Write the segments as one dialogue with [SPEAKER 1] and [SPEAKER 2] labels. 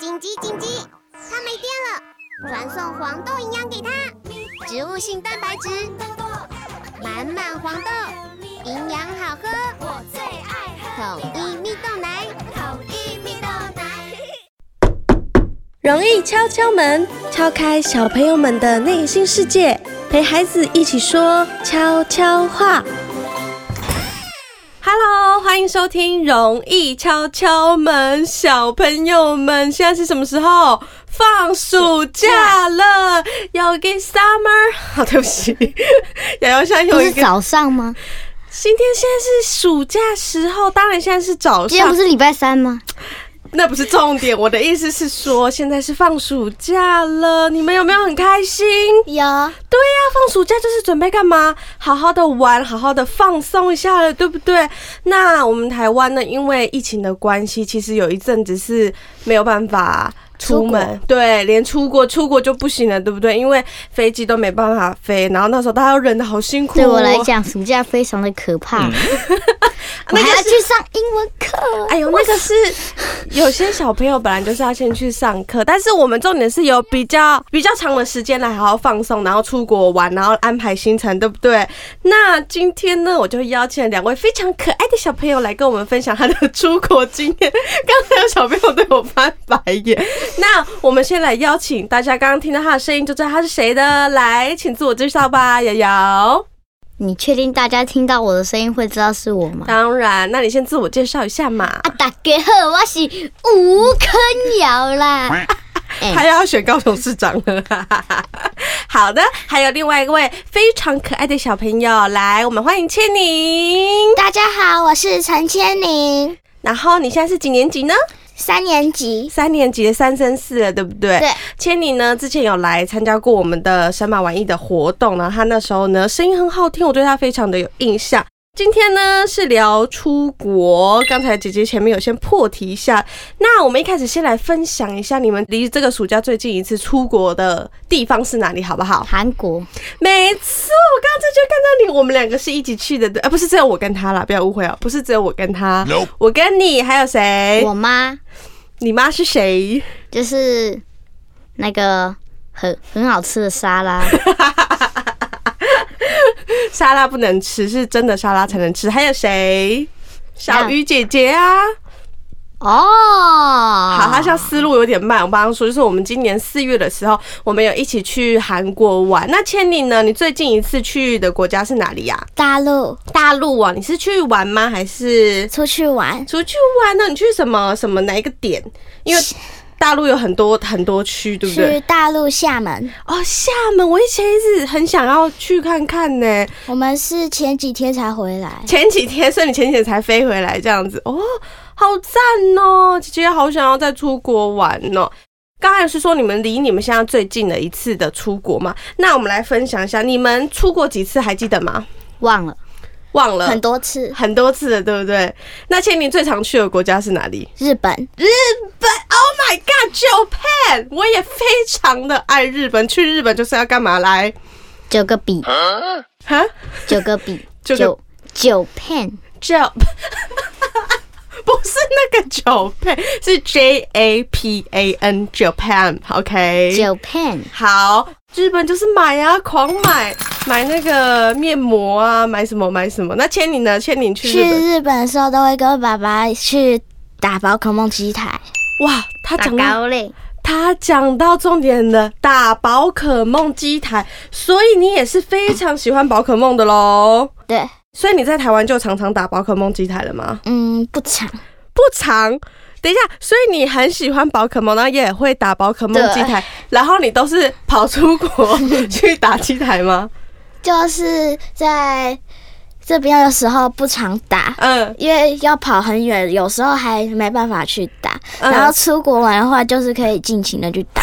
[SPEAKER 1] 紧急紧急！它没电了，传送黄豆营养给它，植物性蛋白质，满满黄豆，营养好喝，
[SPEAKER 2] 我最爱
[SPEAKER 1] 统一蜜豆奶，
[SPEAKER 2] 统一蜜豆奶。
[SPEAKER 3] 容易敲敲门，敲开小朋友们的内心世界，陪孩子一起说悄悄话。Hello，欢迎收听《容易敲敲门》，小朋友们，现在是什么时候？放暑假了，要给 summer。好， 对不起，瑶瑶现在有一个，
[SPEAKER 1] 早上吗？
[SPEAKER 3] 今天现在是暑假时候，当然现在是早上，
[SPEAKER 1] 是礼拜三吗？
[SPEAKER 3] 那不是重点。我的意思是说，现在是放暑假了，你们有没有很开心？
[SPEAKER 1] 有，
[SPEAKER 3] 对呀、放暑假就是准备干嘛？好好的玩，好好的放松一下了，对不对？那我们台湾呢，因为疫情的关系，其实有一阵子是没有办法。出门
[SPEAKER 1] 出
[SPEAKER 3] 对，连出国出国就不行了，对不对？因为飞机都没办法飞，然后那时候大家都忍的好辛苦、哦。
[SPEAKER 4] 对我来，讲，暑假非常的可怕，
[SPEAKER 3] 嗯
[SPEAKER 4] 我还要去上英文课。
[SPEAKER 3] 哎呦，那个是有些小朋友本来就是要先去上课，但是我们重点是有比较比较长的时间来好好放松，然后出国玩，然后安排行程，对不对？那今天呢，我就邀请了两位非常可爱的小朋友来跟我们分享他的出国经验。刚才有小朋友对我翻白眼，那我们先来邀请大家，刚刚听到他的声音就知道他是谁的，来，请自我介绍吧，瑶瑶。
[SPEAKER 4] 你确定大家听到我的声音会知道是我吗？
[SPEAKER 3] 当然，那你先自我介绍一下嘛。
[SPEAKER 4] 啊，大家好，我是吴坑瑶啦。哎
[SPEAKER 3] 他要选高雄市长了。嗯 好的，还有另外一位非常可爱的小朋友，来，我们欢迎千宁。
[SPEAKER 2] 大家好，我是陈千宁，
[SPEAKER 3] 然后你现在是几年级呢？
[SPEAKER 2] 三年级。
[SPEAKER 3] 三年级的三升四了，对不对？
[SPEAKER 2] 对。
[SPEAKER 3] 千宁呢，之前有来参加过我们的神马玩艺的活动，然后他那时候呢声音很好听，我对他非常的有印象。今天呢是聊出国，刚才姐姐前面有先破题一下，那我们一开始先来分享一下你们离这个暑假最近一次出国的地方是哪里，好不好？
[SPEAKER 4] 韩国，
[SPEAKER 3] 没错，我刚刚这就看到你，我们两个是一起去的，对，啊，不是只有我跟他啦，不要误会哦，不是只有我跟他
[SPEAKER 5] Nope
[SPEAKER 3] 我跟你还有谁？
[SPEAKER 4] 我妈
[SPEAKER 3] 你妈是谁？
[SPEAKER 4] 就是那个很很好吃的 沙拉，
[SPEAKER 3] 沙拉不能吃，是真的沙拉才能吃。还有谁？小
[SPEAKER 4] 那
[SPEAKER 3] 鱼姐姐啊，
[SPEAKER 4] 哦，
[SPEAKER 3] 好，她像思路有点慢，我帮她说，就是我们今年四月的时候，我们有一起去韩国玩。那千里呢？你最近一次去的国家是哪里呀、
[SPEAKER 2] 大陆
[SPEAKER 3] 大陆啊？你是去玩吗？还是
[SPEAKER 2] 出去玩，
[SPEAKER 3] 出去玩呢？你去什么什么哪一个点？因为大陆有很多很多区，对不
[SPEAKER 2] 去
[SPEAKER 3] 对？
[SPEAKER 2] 大陆厦门。
[SPEAKER 3] 哦，厦门，我以前一直很想要去看看呢。
[SPEAKER 2] 我们是前几天才回来，
[SPEAKER 3] 前几天，所以你前几天才飞回来这样子，哦，好赞哦！姐姐好想要再出国玩哦。刚才是说你们离你们现在最近的一次的出国嘛？那我们来分享一下，你们出国几次还记得吗？
[SPEAKER 4] 忘了
[SPEAKER 3] 忘了
[SPEAKER 2] 呃很多次。
[SPEAKER 3] 很多次了，对不对？那千宁最常去的国家是哪里？
[SPEAKER 2] 日本，
[SPEAKER 3] 日本，Oh my God，Japan！我也非常的爱日本，去日本就是要干嘛来？
[SPEAKER 4] 九个笔，
[SPEAKER 3] 哈
[SPEAKER 4] 九个笔，
[SPEAKER 3] 啊 九个
[SPEAKER 4] 九九片，
[SPEAKER 3] ，Jap，不是那个九配，是 J A P A N Japan。OK，
[SPEAKER 4] 九片，
[SPEAKER 3] 好，日本就是买啊，狂买，买那个面膜啊，买什么买什么。那千里呢？千里去
[SPEAKER 2] 去
[SPEAKER 3] 日本，
[SPEAKER 2] 日本的时候都会跟爸爸去打宝可梦机台，
[SPEAKER 3] 哇，他
[SPEAKER 4] 打
[SPEAKER 3] 讲到
[SPEAKER 4] 高嘞，
[SPEAKER 3] 他讲到重点了，打宝可梦机台，所以你也是非常喜欢宝可梦的喽。
[SPEAKER 2] 对，
[SPEAKER 3] 所以你在台湾就常常打宝可梦机台了吗？
[SPEAKER 2] 嗯，不长，
[SPEAKER 3] 不长。等一下，所以你很喜欢宝可梦，然后也会打宝可梦机台，然后你都是跑出国去打机台吗？
[SPEAKER 2] 就是在这边的时候不常打，
[SPEAKER 3] 嗯，
[SPEAKER 2] 因为要跑很远，有时候还没办法去打。
[SPEAKER 3] 嗯
[SPEAKER 2] 然后出国玩的话，就是可以尽情的去打。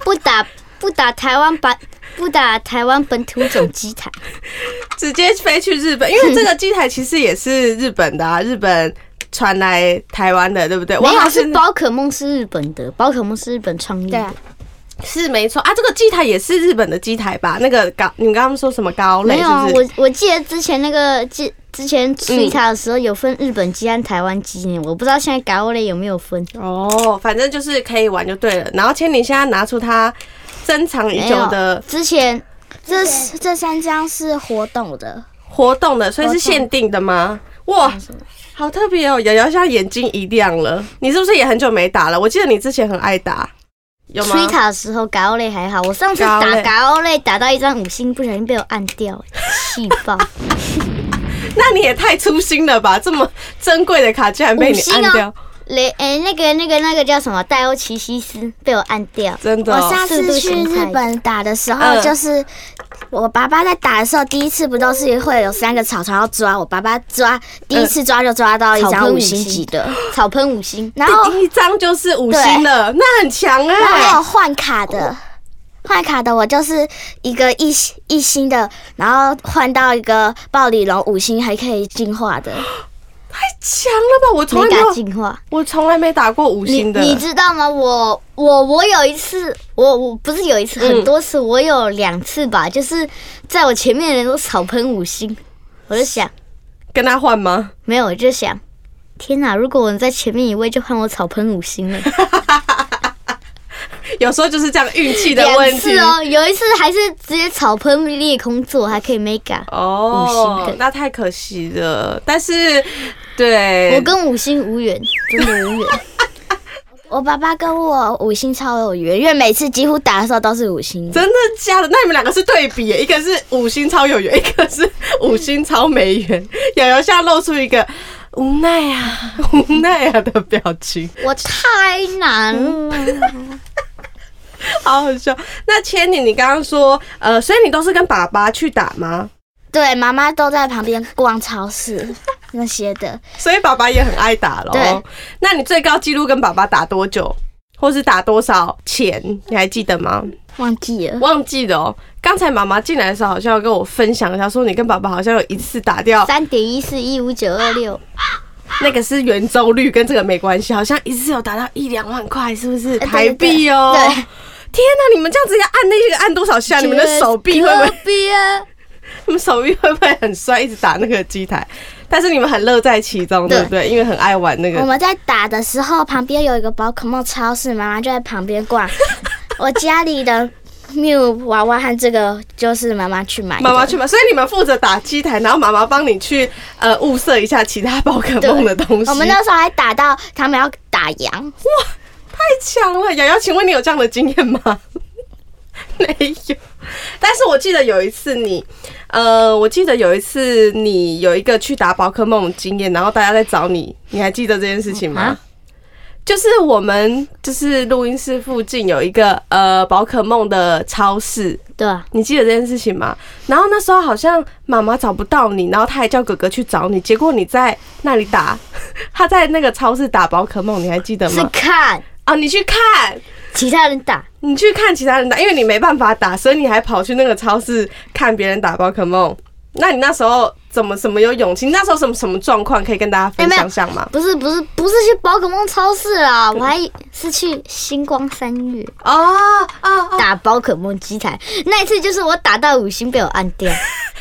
[SPEAKER 4] 不打不打台湾版，不打台湾本土总 机台，
[SPEAKER 3] 直接飞去日本，因为这个机台其实也是日本的啊，日本传来台湾的，对不对？
[SPEAKER 4] 没
[SPEAKER 3] 好
[SPEAKER 4] 有
[SPEAKER 3] 像
[SPEAKER 4] 是宝可梦是日本的，宝可梦是日本创立
[SPEAKER 2] 对啊
[SPEAKER 4] 的，
[SPEAKER 3] 是没错啊，这个机台也是日本的机台吧？那个高，你刚刚说什么高类
[SPEAKER 4] 没
[SPEAKER 3] 是
[SPEAKER 4] 有啊
[SPEAKER 3] 不是？
[SPEAKER 4] 我我记得之前那个记之前 Twitter 的时候有分日本鸡和台湾鸡呢，我不知道现在 g a o 有没有分。
[SPEAKER 3] 哦，反正就是可以玩就对了。然后千里现在拿出他珍藏已
[SPEAKER 4] 没
[SPEAKER 3] 久
[SPEAKER 4] 有
[SPEAKER 3] 的
[SPEAKER 4] 之前
[SPEAKER 2] 这这三张是活动的，
[SPEAKER 3] 活动的，所以是限定的吗？哇，好特别哦！瑶瑶现在眼睛一亮了，你是不是也很久没打了？我记得你之前很爱打，有吗？
[SPEAKER 4] Twitter 的时候 g a o 还好，我上次打
[SPEAKER 3] Gaole
[SPEAKER 4] g a o 打到一张五星，不小心被我按掉，气爆！
[SPEAKER 3] 那你也太粗心了吧！这么珍贵的卡居然被你
[SPEAKER 4] 五星
[SPEAKER 3] 按
[SPEAKER 4] 哦
[SPEAKER 3] 掉，
[SPEAKER 4] 雷诶、那个那个那个叫什么戴欧奇西斯被我按掉，
[SPEAKER 3] 真的、
[SPEAKER 2] 我
[SPEAKER 3] 哦。
[SPEAKER 2] 上次去日本打的时候，
[SPEAKER 3] 嗯
[SPEAKER 2] 就是我爸爸在打的时候，第一次不都是会有三个草草要抓，我爸爸抓第一次抓就抓到一
[SPEAKER 4] 草
[SPEAKER 2] 张
[SPEAKER 4] 喷
[SPEAKER 2] 嗯五
[SPEAKER 4] 五
[SPEAKER 2] 星级
[SPEAKER 4] 星
[SPEAKER 2] 的，
[SPEAKER 4] 草喷五星，
[SPEAKER 2] 然后
[SPEAKER 3] 第一张就是五星的，那很强
[SPEAKER 2] 然后
[SPEAKER 3] 哎、
[SPEAKER 2] 还有换卡的，换卡的我就是一个一星一星的，然后换到一个暴鲤龙五星还可以进化的，
[SPEAKER 3] 太强了吧！我从
[SPEAKER 4] 没
[SPEAKER 3] 来没
[SPEAKER 4] 敢
[SPEAKER 3] 有，
[SPEAKER 4] 进化。
[SPEAKER 3] 我从来没打过五
[SPEAKER 4] 你
[SPEAKER 3] 星的。
[SPEAKER 4] 你知道吗？我我我有一次，我我不是有一次，很多
[SPEAKER 3] 嗯
[SPEAKER 4] 次，我有两次吧，就是在我前面的人都草喷五星，我就想，
[SPEAKER 3] 跟他换吗？
[SPEAKER 4] 没有，我就想，天哪！如果我在前面一位，就换我草喷五星 了。
[SPEAKER 3] 有时候就是这样运气的问
[SPEAKER 4] 两
[SPEAKER 3] 题
[SPEAKER 4] 次哦，有一次还是直接草喷裂空座，还可以 mega。
[SPEAKER 3] 哦
[SPEAKER 4] 五星的
[SPEAKER 3] 那太可惜了。但是，对，
[SPEAKER 2] 呃
[SPEAKER 4] 我跟五星无缘，真的无 缘。
[SPEAKER 2] 我爸爸跟我五星超有缘，因为每次几乎打的时候都是五星的。
[SPEAKER 3] 真的假的？那你们两个是对比耶，一个是五星超有缘，一 个是五星超没缘。瑶瑶现在露出一个无奈啊、 无奈啊的表情，
[SPEAKER 4] 我太难了，
[SPEAKER 3] 好好笑。那千里，你刚刚说，呃，所以你都是跟爸爸去打吗？
[SPEAKER 2] 对，妈妈都在旁边逛超市 那些的，
[SPEAKER 3] 所以爸爸也很爱打咯。
[SPEAKER 2] 对，
[SPEAKER 3] 那你最高纪录跟爸爸打多久，或是打多少钱？你还记得吗？
[SPEAKER 2] 忘记了。
[SPEAKER 3] 忘记了哦。刚才妈妈进来的时候，好像有跟我分享一下，说你跟爸爸好像有一次打掉，
[SPEAKER 4] 三点一四一五九二六，
[SPEAKER 3] 那个是圆周率，跟这个没关系，好像一次有达到一两万块，是不是？
[SPEAKER 2] 哎对
[SPEAKER 3] 台币哦、
[SPEAKER 2] 对
[SPEAKER 3] 天哪！你们这样子要按那个按多少啊下？你们的手臂会 不会？ 你们手臂会不会很酸？一直打那个机台，但是你们很乐在其中，对不对？因为很爱玩那
[SPEAKER 2] 我
[SPEAKER 3] 个。
[SPEAKER 2] 们在打的时候，旁边有一个宝可梦超市，妈妈就在旁边 逛。我家里的缪娃娃和这个就是妈妈去买的。
[SPEAKER 3] 妈妈去嘛，所以你们负责打机台，然后妈妈帮你去呃物色一下其他宝可梦的东西。
[SPEAKER 2] 我们那时候还打到他们要打烊，
[SPEAKER 3] 太强了！瑶瑶，请问你有这样的经验吗？ 没有，但是我记得有一次你，呃，我记得有一次你有一个去打宝可梦的经验，然后大家在找你，你还记得这件事情吗？
[SPEAKER 4] 啊
[SPEAKER 3] 就是我们就是录音室附近有一个呃宝可梦的超市，
[SPEAKER 4] 对啊，
[SPEAKER 3] 你记得这件事情吗？然后那时候好像妈妈找不到你，然后她还叫哥哥去找你，结果你在那里打， 他在那个超市打宝可梦，你还记得
[SPEAKER 4] 是
[SPEAKER 3] 吗？
[SPEAKER 4] 看
[SPEAKER 3] 啊，你去看，
[SPEAKER 4] 其他人打，
[SPEAKER 3] 你去看其他人打，因为你没办法打，所以你还跑去那个超市看别人打宝可梦。那你那时候怎么怎么有勇气？你那时候什么什么状况可以跟大家分享一下吗？
[SPEAKER 4] 不是不是不是去宝可梦超市啦，我还是去星光三月
[SPEAKER 3] 嗯哦哦哦，
[SPEAKER 4] 打宝可梦机台，那一次就是我打到五星被我按掉，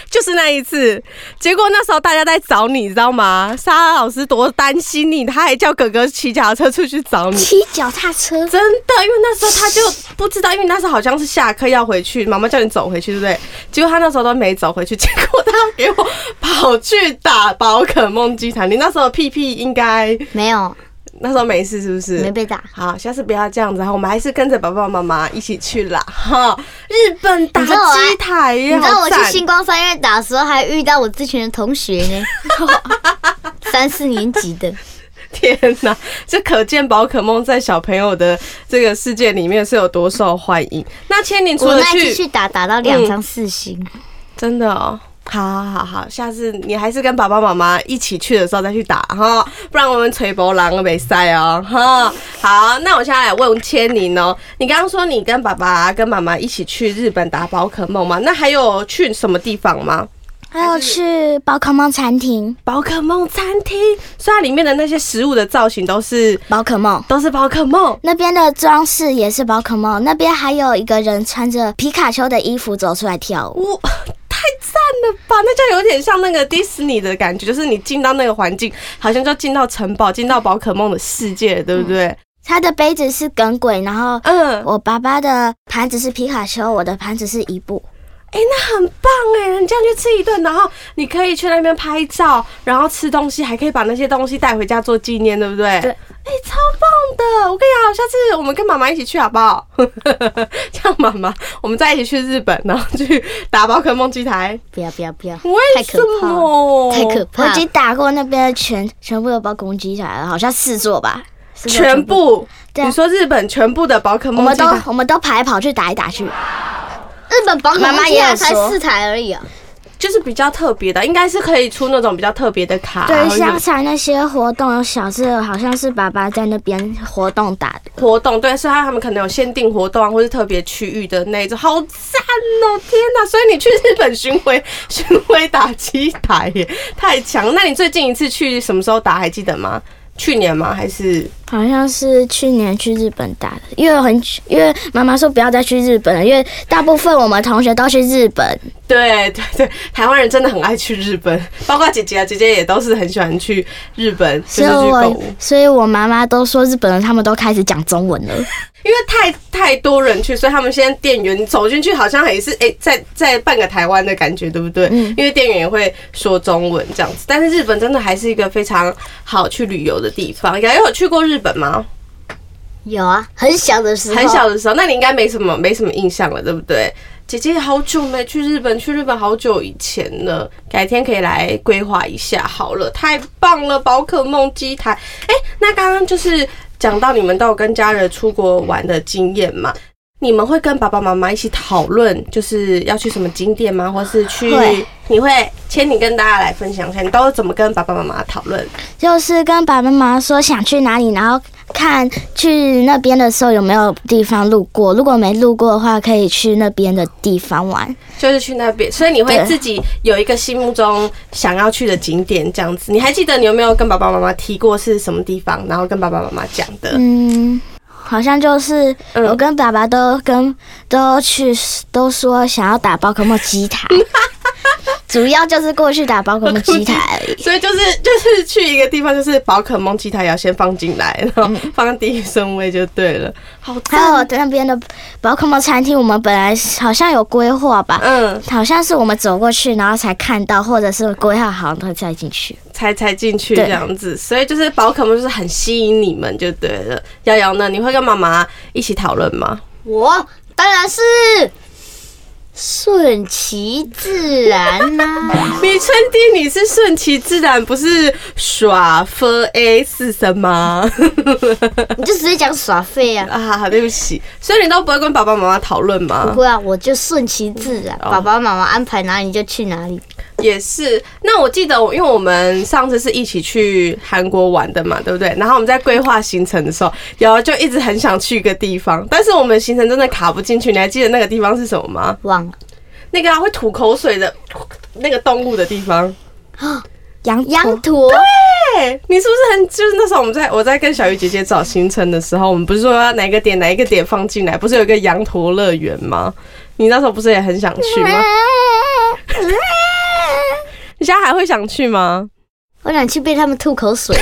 [SPEAKER 3] 就是那一次，结果那时候大家在找你，你知道吗？莎拉老师多担心你，他还叫哥哥骑脚踏车出去找你。
[SPEAKER 2] 骑脚踏车。
[SPEAKER 3] 真的，因为那时候他就不知道，因为那时候好像是下课要回去，妈妈叫你走回去，对不对？结果他那时候都没走回去，结果他给我跑去打宝可梦机台。你那时候屁屁应该
[SPEAKER 4] 没有
[SPEAKER 3] 那时候没事，是不是？
[SPEAKER 4] 没被打。
[SPEAKER 3] 好，下次不要这样子哈，我们还是跟着爸爸妈妈一起去啦哈。日本打
[SPEAKER 4] 你知道我还
[SPEAKER 3] 机台耶，
[SPEAKER 4] 你知道
[SPEAKER 3] 好
[SPEAKER 4] 我去
[SPEAKER 3] 赞
[SPEAKER 4] 星光三月打的时候，还遇到我之前的同学 呢，三四年级的，
[SPEAKER 3] 天哪，这可见宝可梦在小朋友的这个世界里面是有多受欢迎。那千宁除
[SPEAKER 4] 我
[SPEAKER 3] 了
[SPEAKER 4] 那一
[SPEAKER 3] 去
[SPEAKER 4] 次去嗯打打到两张四星，
[SPEAKER 3] 真的哦。好好好好，下次你还是跟爸爸妈妈一起去的时候再去打哈，不然我们锤博狼没赛哦哈。好，那我现在来问千宁哦，你刚刚说你跟爸爸跟妈妈一起去日本打宝可梦吗？那还有去什么地方吗？
[SPEAKER 2] 还有去宝可梦餐厅，
[SPEAKER 3] 宝可梦餐厅，虽然里面的那些食物的造型都是
[SPEAKER 2] 宝可梦
[SPEAKER 3] 都是宝可梦，
[SPEAKER 2] 那边的装饰也是宝可梦，那边还有一个人穿着皮卡丘的衣服走出来跳舞。
[SPEAKER 3] 我太赞了吧！那就有点像那个迪士尼的感觉，就是你进到那个环境，好像就进到城堡，进到宝可梦的世界，对不对？
[SPEAKER 2] 他的杯子是耿鬼，然后
[SPEAKER 3] 嗯，
[SPEAKER 2] 我爸爸的盘子是皮卡丘，我的盘子是伊布。
[SPEAKER 3] 哎、那很棒哎、你这样去吃一顿，然后你可以去那边拍照，然后吃东西，还可以把那些东西带回家做纪念，对不对？
[SPEAKER 2] 对
[SPEAKER 3] 哎、超棒的！我跟你讲，下次我们跟妈妈一起去好不好？ 这样妈妈，我们再一起去日本，然后去打宝可梦机台。
[SPEAKER 4] 不要不要不要，
[SPEAKER 3] 为
[SPEAKER 4] 太
[SPEAKER 3] 什
[SPEAKER 4] 可怕了，
[SPEAKER 3] 么？
[SPEAKER 4] 太可
[SPEAKER 2] 我
[SPEAKER 4] 怕
[SPEAKER 2] 已
[SPEAKER 4] 了
[SPEAKER 2] 经。打过那边的全全部的包公机台了，好像四座吧。四座
[SPEAKER 3] 全部？
[SPEAKER 2] 对啊
[SPEAKER 3] 你说日本全部的宝可
[SPEAKER 2] 我
[SPEAKER 3] 梦
[SPEAKER 2] 们
[SPEAKER 3] 机
[SPEAKER 2] 都
[SPEAKER 3] 台？
[SPEAKER 2] 我们都跑来跑去打一打去。
[SPEAKER 4] 日本宝可
[SPEAKER 2] 妈
[SPEAKER 4] 梦
[SPEAKER 2] 妈
[SPEAKER 4] 机
[SPEAKER 2] 也有
[SPEAKER 4] 台才
[SPEAKER 2] 说
[SPEAKER 4] 四台而已啊，
[SPEAKER 3] 就是比较特别的，应该是可以出那种比较特别的卡，
[SPEAKER 2] 对，
[SPEAKER 3] 或者是
[SPEAKER 2] 刚才那些活动有小事，好像是爸爸在那边活动打的。
[SPEAKER 3] 活动，对，所以他们可能有限定活动啊，或是特别区域的那一种，好赞哦、天哪！所以你去日本巡回巡回打机台耶，太强！那你最近一次去什么时候打？还记得吗？去年吗？还是
[SPEAKER 2] 好像是去年去日本打的，因为很因为妈妈说不要再去日本了，因为大部分我们同学都去日本，
[SPEAKER 3] 对对对，台湾人真的很爱去日本，包括姐姐啊，姐姐也都是很喜欢去日本，
[SPEAKER 2] 所
[SPEAKER 3] 就
[SPEAKER 2] 以
[SPEAKER 3] 是去购
[SPEAKER 2] 我
[SPEAKER 3] 物。
[SPEAKER 2] 所以我妈妈都说日本人他们都开始讲中文了。
[SPEAKER 3] 因为太太多人去，所以他们现在店员走进去好像也是哎、诶在在半个台湾的感觉，对不对？因为店员也会说中文这样子。但是日本真的还是一个非常好去旅游的地方。雅雅有去过日本吗？
[SPEAKER 4] 有啊，很小的时候，
[SPEAKER 3] 很小的时候，那你应该没什么没什么印象了，对不对？姐姐好久没去日本，去日本好久以前了，改天可以来规划一下好了，太棒了！宝可梦机台，哎、那刚刚就是讲到你们都有跟家人出国玩的经验嘛，你们会跟爸爸妈妈一起讨论，就是要去什么景点吗？或是去
[SPEAKER 2] 会
[SPEAKER 3] 你会千你跟大家来分享一下，你都是怎么跟爸爸妈妈讨论？
[SPEAKER 2] 就是跟爸爸妈妈说想去哪里，然后看去那边的时候有没有地方路过，如果没路过的话，可以去那边的地方玩。
[SPEAKER 3] 就是去那边，所以你会
[SPEAKER 2] 对
[SPEAKER 3] 自己有一个心目中想要去的景点这样子。你还记得你有没有跟爸爸妈妈提过是什么地方，然后跟爸爸妈妈讲的？
[SPEAKER 2] 嗯，好像就是呃
[SPEAKER 3] 嗯
[SPEAKER 2] 我跟爸爸都跟都去都说想要打宝可梦机 台，主要就是过去打宝可梦机台 而已。
[SPEAKER 3] 所以就是 就是去一个地方，就是宝可梦机台也要先放进来，然后放在第一顺位就对了。好
[SPEAKER 2] 还有那边的宝可梦餐厅，我们本来好像有规划吧，
[SPEAKER 3] 嗯，
[SPEAKER 2] 好像是我们走过去，然后才看到，或者是规划好然后再进去。
[SPEAKER 3] 才才进去这
[SPEAKER 2] 对
[SPEAKER 3] 样子，所以就是宝可梦就是很吸引你们就对了。瑶瑶呢，你会跟妈妈一起讨论吗？
[SPEAKER 4] 我当然是顺其自然啊啦、
[SPEAKER 3] 米春弟，你是顺其自然，不是耍分 A 是什么？
[SPEAKER 4] 你就直接讲耍废啊。
[SPEAKER 3] 啊，对不起，所以你都不会跟爸爸妈妈讨论吗
[SPEAKER 4] 不？会啊，我就顺其自然，爸爸妈妈安排哪里就去哪里。
[SPEAKER 3] 也是。那我记得我，因为我们上次是一起去韩国玩的嘛，对不对？然后我们在规划行程的时候，瑶瑶就一直很想去一个地方，但是我们行程真的卡不进去。你还记得那个地方是什么吗？
[SPEAKER 4] 忘了，
[SPEAKER 3] 那个、啊、会吐口水的那个动物的地方。
[SPEAKER 2] 羊
[SPEAKER 4] 羊驼
[SPEAKER 3] 对，你是不是很就是那时候我们在我在跟小鱼姐姐找行程的时候，我们不是说要哪一个点哪一个点放进来，不是有一个羊驼乐园吗？你那时候不是也很想去吗？
[SPEAKER 4] 嗯
[SPEAKER 3] 你现在还会想去吗？
[SPEAKER 4] 我想去被他们吐口水。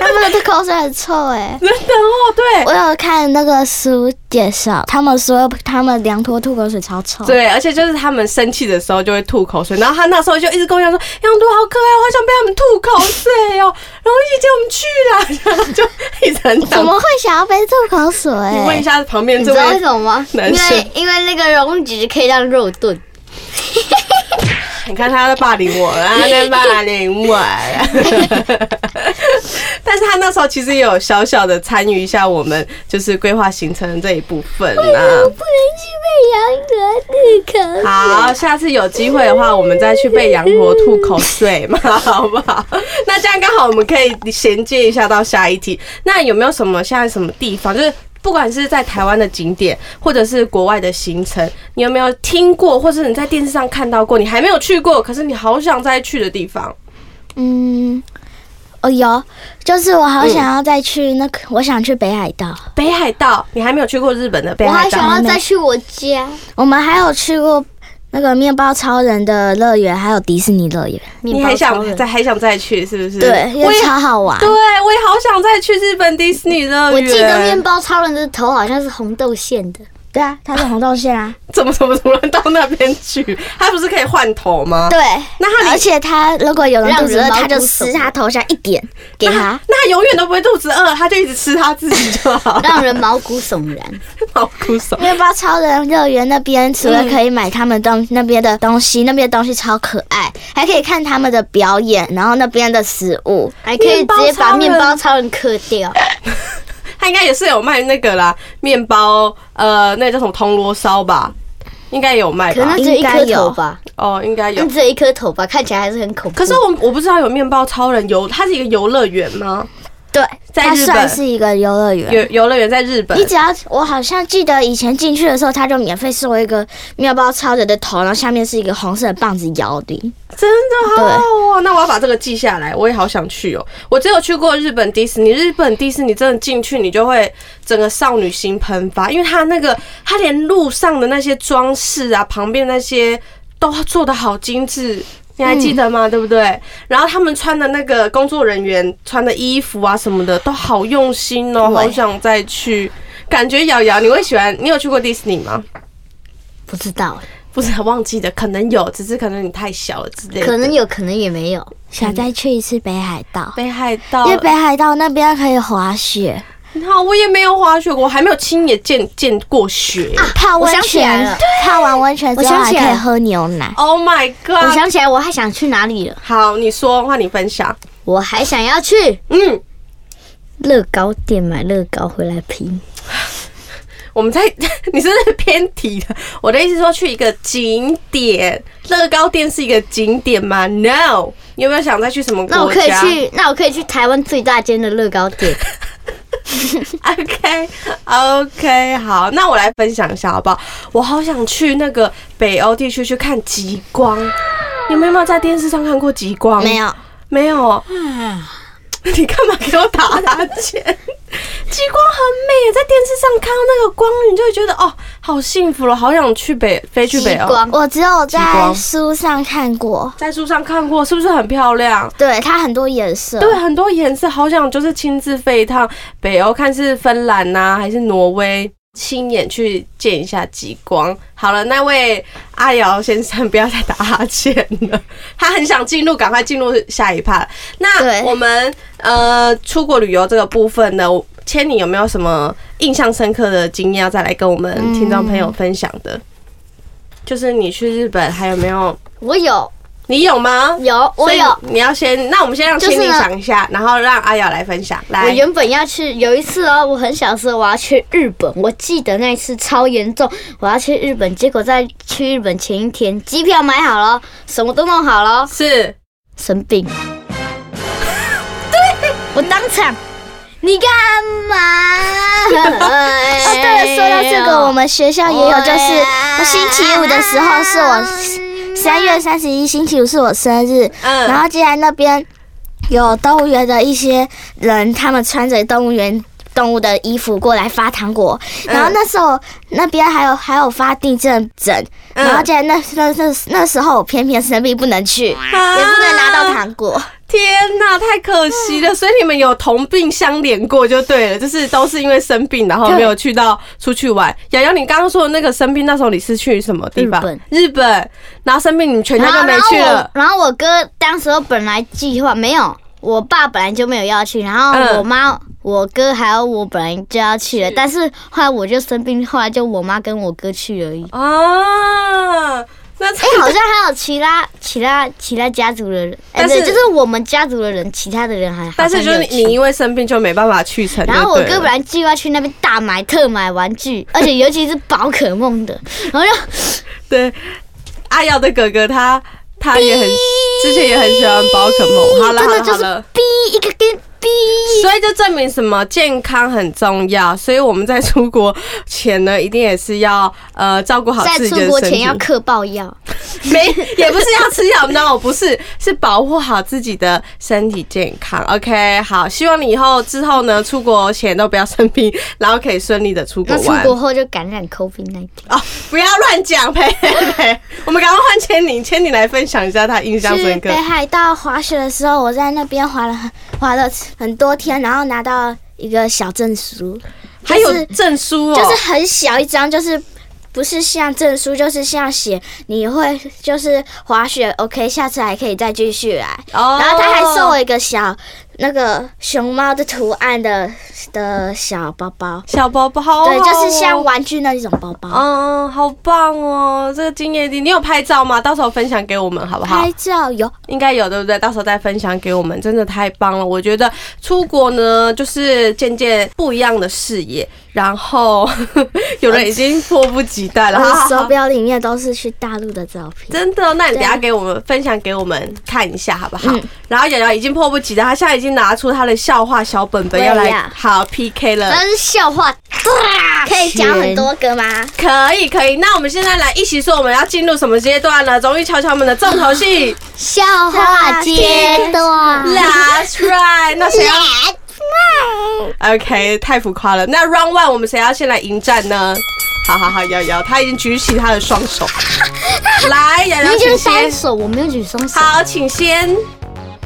[SPEAKER 2] 他们的口水很臭哎、
[SPEAKER 3] 真的哦，对
[SPEAKER 2] 我有看那个书介绍，他们说他们羊驼吐口水超臭。
[SPEAKER 3] 对，而且就是他们生气的时候就会吐口水，然后他那时候就一直跟我讲说羊驼好可爱，我好想被他们吐口水哦。然后姐姐我们去啦，然后就一直很
[SPEAKER 2] 怎
[SPEAKER 3] 想。
[SPEAKER 2] 么会想要被吐口水？
[SPEAKER 3] 你问一下旁边
[SPEAKER 4] 你
[SPEAKER 3] 这
[SPEAKER 4] 知道为
[SPEAKER 3] 位
[SPEAKER 4] 什么吗？因
[SPEAKER 3] 男生哦
[SPEAKER 4] 为因为那个溶脂可以让肉炖。
[SPEAKER 3] 你看他在霸凌我，他在霸凌我。啊但是他那时候其实也有小小的参与一下我们就是规划行程的这一部分啊。
[SPEAKER 2] 不能去被羊驼吐口
[SPEAKER 3] 好，下次有机会的话，我们再去被羊驼吐口水嘛， 好不好？那这样刚好我们可以衔接一下到下一题。那有没有什么现在什么地方，就是不管是在台湾的景点，或者是国外的行程，你有没有听过，或是你在电视上看到过，你还没有去过，可是你好想再去的地方？
[SPEAKER 2] 嗯，哦有，就是我好想要再去那个，我想去北海道。
[SPEAKER 3] 北海道，你还没有去过日本的北
[SPEAKER 4] 我
[SPEAKER 3] 海
[SPEAKER 4] 还
[SPEAKER 3] 道？
[SPEAKER 4] 想要再去我家，
[SPEAKER 2] 我们还有去过那个面包超人的乐园，还有迪士尼乐园。
[SPEAKER 4] 面
[SPEAKER 3] 你
[SPEAKER 4] 包
[SPEAKER 3] 还
[SPEAKER 4] 超
[SPEAKER 3] 想
[SPEAKER 4] 人
[SPEAKER 3] 再还想再去是不是？
[SPEAKER 2] 对，因
[SPEAKER 3] 我也
[SPEAKER 2] 为超好玩
[SPEAKER 3] 对，。我也好想再去日本迪士尼乐园。
[SPEAKER 4] 我记得面包超人的头好像是红豆馅的，
[SPEAKER 2] 对啊，它是红豆馅啊。
[SPEAKER 3] 怎么怎么突然到那边去？他不是可以换头吗？
[SPEAKER 2] 对，
[SPEAKER 3] 那 它
[SPEAKER 4] 啊
[SPEAKER 2] 而且它如果有人
[SPEAKER 4] 让
[SPEAKER 2] 肚子
[SPEAKER 4] 人
[SPEAKER 2] 饿，
[SPEAKER 4] 毛
[SPEAKER 2] 它就
[SPEAKER 4] 骨悚，
[SPEAKER 2] 撕它头下一点给 它。
[SPEAKER 3] 那他永远都不会肚子饿，他就一直吃他自己就好
[SPEAKER 4] 让人毛骨悚然。
[SPEAKER 3] 好酷手。
[SPEAKER 2] 面包超人乐园那边除了可以买他们东那边的东西，那边的东西超可爱，还可以看他们的表演，然后那边的食物。
[SPEAKER 4] 还可以直接把
[SPEAKER 3] 面
[SPEAKER 4] 面
[SPEAKER 3] 包
[SPEAKER 4] 包超人磕掉，
[SPEAKER 3] 他应该也是有卖那个啦，面包，呃，那个叫什么铜锣烧吧，应该也有卖
[SPEAKER 4] 可
[SPEAKER 3] 吧
[SPEAKER 4] 能？只嗯有一颗头吧，
[SPEAKER 3] 哦，应该有
[SPEAKER 4] 那。只有一颗头吧，看起来还是很恐怖。
[SPEAKER 3] 可是我我不知道有面包超人游，它是一个游乐园吗？
[SPEAKER 2] 对，
[SPEAKER 3] 在
[SPEAKER 2] 它
[SPEAKER 3] 日
[SPEAKER 2] 算
[SPEAKER 3] 本
[SPEAKER 2] 是一个游乐园。
[SPEAKER 4] 啊
[SPEAKER 3] 游游乐园在日本
[SPEAKER 2] 你，只要，我好像记得以前进去的时候，他就免费送我一个面包超人的头，然后下面是一个红色的棒子摇铃。
[SPEAKER 3] 真的好好哦。那我要把这个记下来，我也好想去哦。我只有去过日本迪士尼，日本迪士尼真的进去你就会整个少女心喷发，因为它那个它连路上的那些装饰啊，旁边那些都做的好精致。你还记得吗？对不对？然后他们穿的那个工作人员穿的衣服啊什么的都好用心哦，好想再去。感觉瑶瑶，你会喜欢？你有去过迪士尼吗？
[SPEAKER 4] 不知道，
[SPEAKER 3] 不是，忘记的，可能有，只是可能你太小了之类的。
[SPEAKER 4] 可能有可能也没有。
[SPEAKER 2] 想再去一次北海道，
[SPEAKER 3] 北海道，
[SPEAKER 2] 因为北海道那边可以滑雪、
[SPEAKER 3] 你好，我也没有滑雪过，我还没有亲眼见见过雪。
[SPEAKER 4] 啊
[SPEAKER 2] 泡
[SPEAKER 4] 我
[SPEAKER 2] 温
[SPEAKER 4] 想起来
[SPEAKER 2] 泉
[SPEAKER 4] 了，
[SPEAKER 2] 泡完温泉之后
[SPEAKER 4] 我想
[SPEAKER 2] 还
[SPEAKER 4] 起来
[SPEAKER 2] 可以
[SPEAKER 4] 了
[SPEAKER 2] 喝牛奶。
[SPEAKER 3] Oh my
[SPEAKER 4] 我
[SPEAKER 3] god！
[SPEAKER 4] 想起来，我还想去哪里了？
[SPEAKER 3] 好，你说，换你分享。
[SPEAKER 4] 我还想要去
[SPEAKER 3] 嗯，
[SPEAKER 4] 乐高店买乐高回来拼。
[SPEAKER 3] 我们在， 你是不是偏题了。我的意思是说，去一个景点，乐高店是一个景点吗？No，你有没有想再去什么
[SPEAKER 4] 那我
[SPEAKER 3] 国
[SPEAKER 4] 可以
[SPEAKER 3] 家
[SPEAKER 4] 去，那我可以去台湾最大间的乐高店。
[SPEAKER 3] ？OK OK，好，那我来分享一下好不好？我好想去那个北欧地区去看极光。你们有没有在电视上看过极光？
[SPEAKER 2] 没有，
[SPEAKER 3] 没有。 你干嘛给我打哈欠？极光很美，在电视上看到那个光，你就会觉得哦，好幸福了，好想去北飞去北
[SPEAKER 4] 极
[SPEAKER 3] 欧。
[SPEAKER 4] 光
[SPEAKER 2] 我只有
[SPEAKER 3] 极
[SPEAKER 2] 在
[SPEAKER 3] 光
[SPEAKER 2] 书上看过。
[SPEAKER 3] 在书上看过，是不是很漂亮？
[SPEAKER 2] 对，它很多颜色。
[SPEAKER 4] 啊
[SPEAKER 3] 对，很多颜色，好想就是亲自飞一趟北欧，看是芬兰呐、还是挪威，亲眼去见一下极光。好了，那位阿瑶先生不要再打哈欠了，他很想进入，赶快进入下一趴。那
[SPEAKER 2] 对
[SPEAKER 3] 我们呃出国旅游这个部分呢，千你有没有什么印象深刻的经验要再来跟我们听众朋友分享的？就是你去日本还有没有？
[SPEAKER 4] 我有
[SPEAKER 3] 你有吗？
[SPEAKER 4] 有我
[SPEAKER 3] 所以
[SPEAKER 4] 有，
[SPEAKER 3] 你要先，那我们先让
[SPEAKER 4] 就是
[SPEAKER 3] 千里
[SPEAKER 4] 呢
[SPEAKER 3] 想一下，然后让阿瑶来分享。
[SPEAKER 4] 我
[SPEAKER 3] 来，
[SPEAKER 4] 原本要去，有一次哦，我很小的时候我要去日本，我记得那一次超严重，我要去日本，结果在去日本前一天，机票买好了，什么都弄好了，
[SPEAKER 3] 是
[SPEAKER 4] 生 病。对，我当场，你干 嘛？
[SPEAKER 2] 哦，对了，说到这个，我们学校也有，就是我星期五的时候是
[SPEAKER 4] 哎
[SPEAKER 2] 我三月三十一星期五是我生日，
[SPEAKER 3] 嗯
[SPEAKER 2] 然后既然那边有动物园的一些人，他们穿着动物园。动物的衣服过来发糖果，然后那时候那边还有还有发地震枕，
[SPEAKER 3] 嗯
[SPEAKER 2] 然后竟然那那那那时候我偏偏生病不能去，也不能拿到。
[SPEAKER 3] 啊
[SPEAKER 2] 糖果，
[SPEAKER 3] 天哪，太可惜了！所以你们有同病相怜过就对了，就是都是因为生病，然后没有去到出去玩。瑶瑶，你刚刚说的那个生病，那时候你是去什么地方？
[SPEAKER 4] 日本。
[SPEAKER 3] 日本，然后生病，你们全
[SPEAKER 4] 然
[SPEAKER 3] 家
[SPEAKER 4] 后
[SPEAKER 3] 都没去了。
[SPEAKER 4] 然后我然后我哥当时候本来计划没有，我爸本来就没有要去，然后
[SPEAKER 3] 嗯
[SPEAKER 4] 我妈、我哥还有我本来就要去了，但是后来我就生病，后来就我妈跟我哥去而已。
[SPEAKER 3] 啊，那
[SPEAKER 4] 哎、 好像还有其他其他其他家族的人，哎、
[SPEAKER 3] 但是
[SPEAKER 4] 对，就是我们家族的人，其他的人还好
[SPEAKER 3] 但是
[SPEAKER 4] 像
[SPEAKER 3] 就是
[SPEAKER 4] 没有去
[SPEAKER 3] 你你因为生病就没办法去成就对
[SPEAKER 4] 然
[SPEAKER 3] 了。
[SPEAKER 4] 后我哥本来计划去那边大买特买玩具，而且尤其是宝可梦的，然后就
[SPEAKER 3] 对，阿耀的哥哥他他也很之前也很喜欢宝可梦。好了
[SPEAKER 4] 真
[SPEAKER 3] 好
[SPEAKER 4] 的
[SPEAKER 3] 了
[SPEAKER 4] 就
[SPEAKER 3] 好
[SPEAKER 4] 是
[SPEAKER 3] 了，
[SPEAKER 4] 哔一个跟
[SPEAKER 2] 逼。
[SPEAKER 3] 所以就证明什么健康很重要，所以我们在出国前呢，一定也是要呃照顾好
[SPEAKER 4] 在
[SPEAKER 3] 自己
[SPEAKER 4] 出
[SPEAKER 3] 的
[SPEAKER 4] 国
[SPEAKER 3] 身
[SPEAKER 4] 前
[SPEAKER 3] 体。
[SPEAKER 4] 要嗑爆药，
[SPEAKER 3] 没，也不是要吃药，no，不是，是保护好自己的身体健康。OK，好，希望你以后之后呢，出国前都不要生病，然后可以顺利的出国
[SPEAKER 4] 那出
[SPEAKER 3] 玩。
[SPEAKER 4] 国后就感染 COVID 1 9
[SPEAKER 3] 哦，不要乱讲，呸呸呸！我们赶快换千宁，千宁来分享一下她印象
[SPEAKER 2] 去
[SPEAKER 3] 深刻
[SPEAKER 2] 北。海道滑雪的时候，我在那边滑了很滑了很多天，然后拿到一个小证书，
[SPEAKER 3] 还有证书哦，
[SPEAKER 2] 就是很小一张，就是不是像证书，就是像写你会就是滑雪，OK，下次还可以再继续来。
[SPEAKER 3] 哦
[SPEAKER 2] 然后他还送我一个小那个熊猫的图案的的小包包，
[SPEAKER 3] 小包包，好
[SPEAKER 2] 对，就
[SPEAKER 3] 好
[SPEAKER 2] 是像
[SPEAKER 3] 哦
[SPEAKER 2] 玩具那一种包包。
[SPEAKER 3] 嗯，好棒哦！这个经验一定，你有拍照吗？到时候分享给我们好不好啊
[SPEAKER 2] 拍？照有
[SPEAKER 3] 应该有，对不对？到时候再分享给我们，真的太棒了！我觉得出国呢，就是见见不一样的视野，然后 有人已经迫不及待 了。
[SPEAKER 2] 我
[SPEAKER 3] 好
[SPEAKER 2] 的
[SPEAKER 3] 好
[SPEAKER 2] 手
[SPEAKER 3] 好
[SPEAKER 2] 表里面都是去大陆的照片。
[SPEAKER 3] 真的，那你等一下给我们分享给我们看一下好不好？然后瑶瑶已经迫不及待，她现在已经拿出她的笑话小本本
[SPEAKER 2] 对
[SPEAKER 3] 要来
[SPEAKER 2] 呀
[SPEAKER 3] 好 PK 了。
[SPEAKER 4] 但是笑话
[SPEAKER 2] 呃可以讲很多个吗？
[SPEAKER 3] 可以可以，那我们现在来一起说我们要进入什么阶段了？终于瞧瞧我们的重头戏
[SPEAKER 4] 笑话阶段，
[SPEAKER 3] ，That's right。那谁要？OK，太浮夸了。那 Round One 我们谁要先来迎战呢？好好好，瑶瑶，她已经举起她的双手，来，瑶瑶请
[SPEAKER 4] 你举双
[SPEAKER 3] 先。
[SPEAKER 4] 手，我没有举双手。
[SPEAKER 3] 好，请先。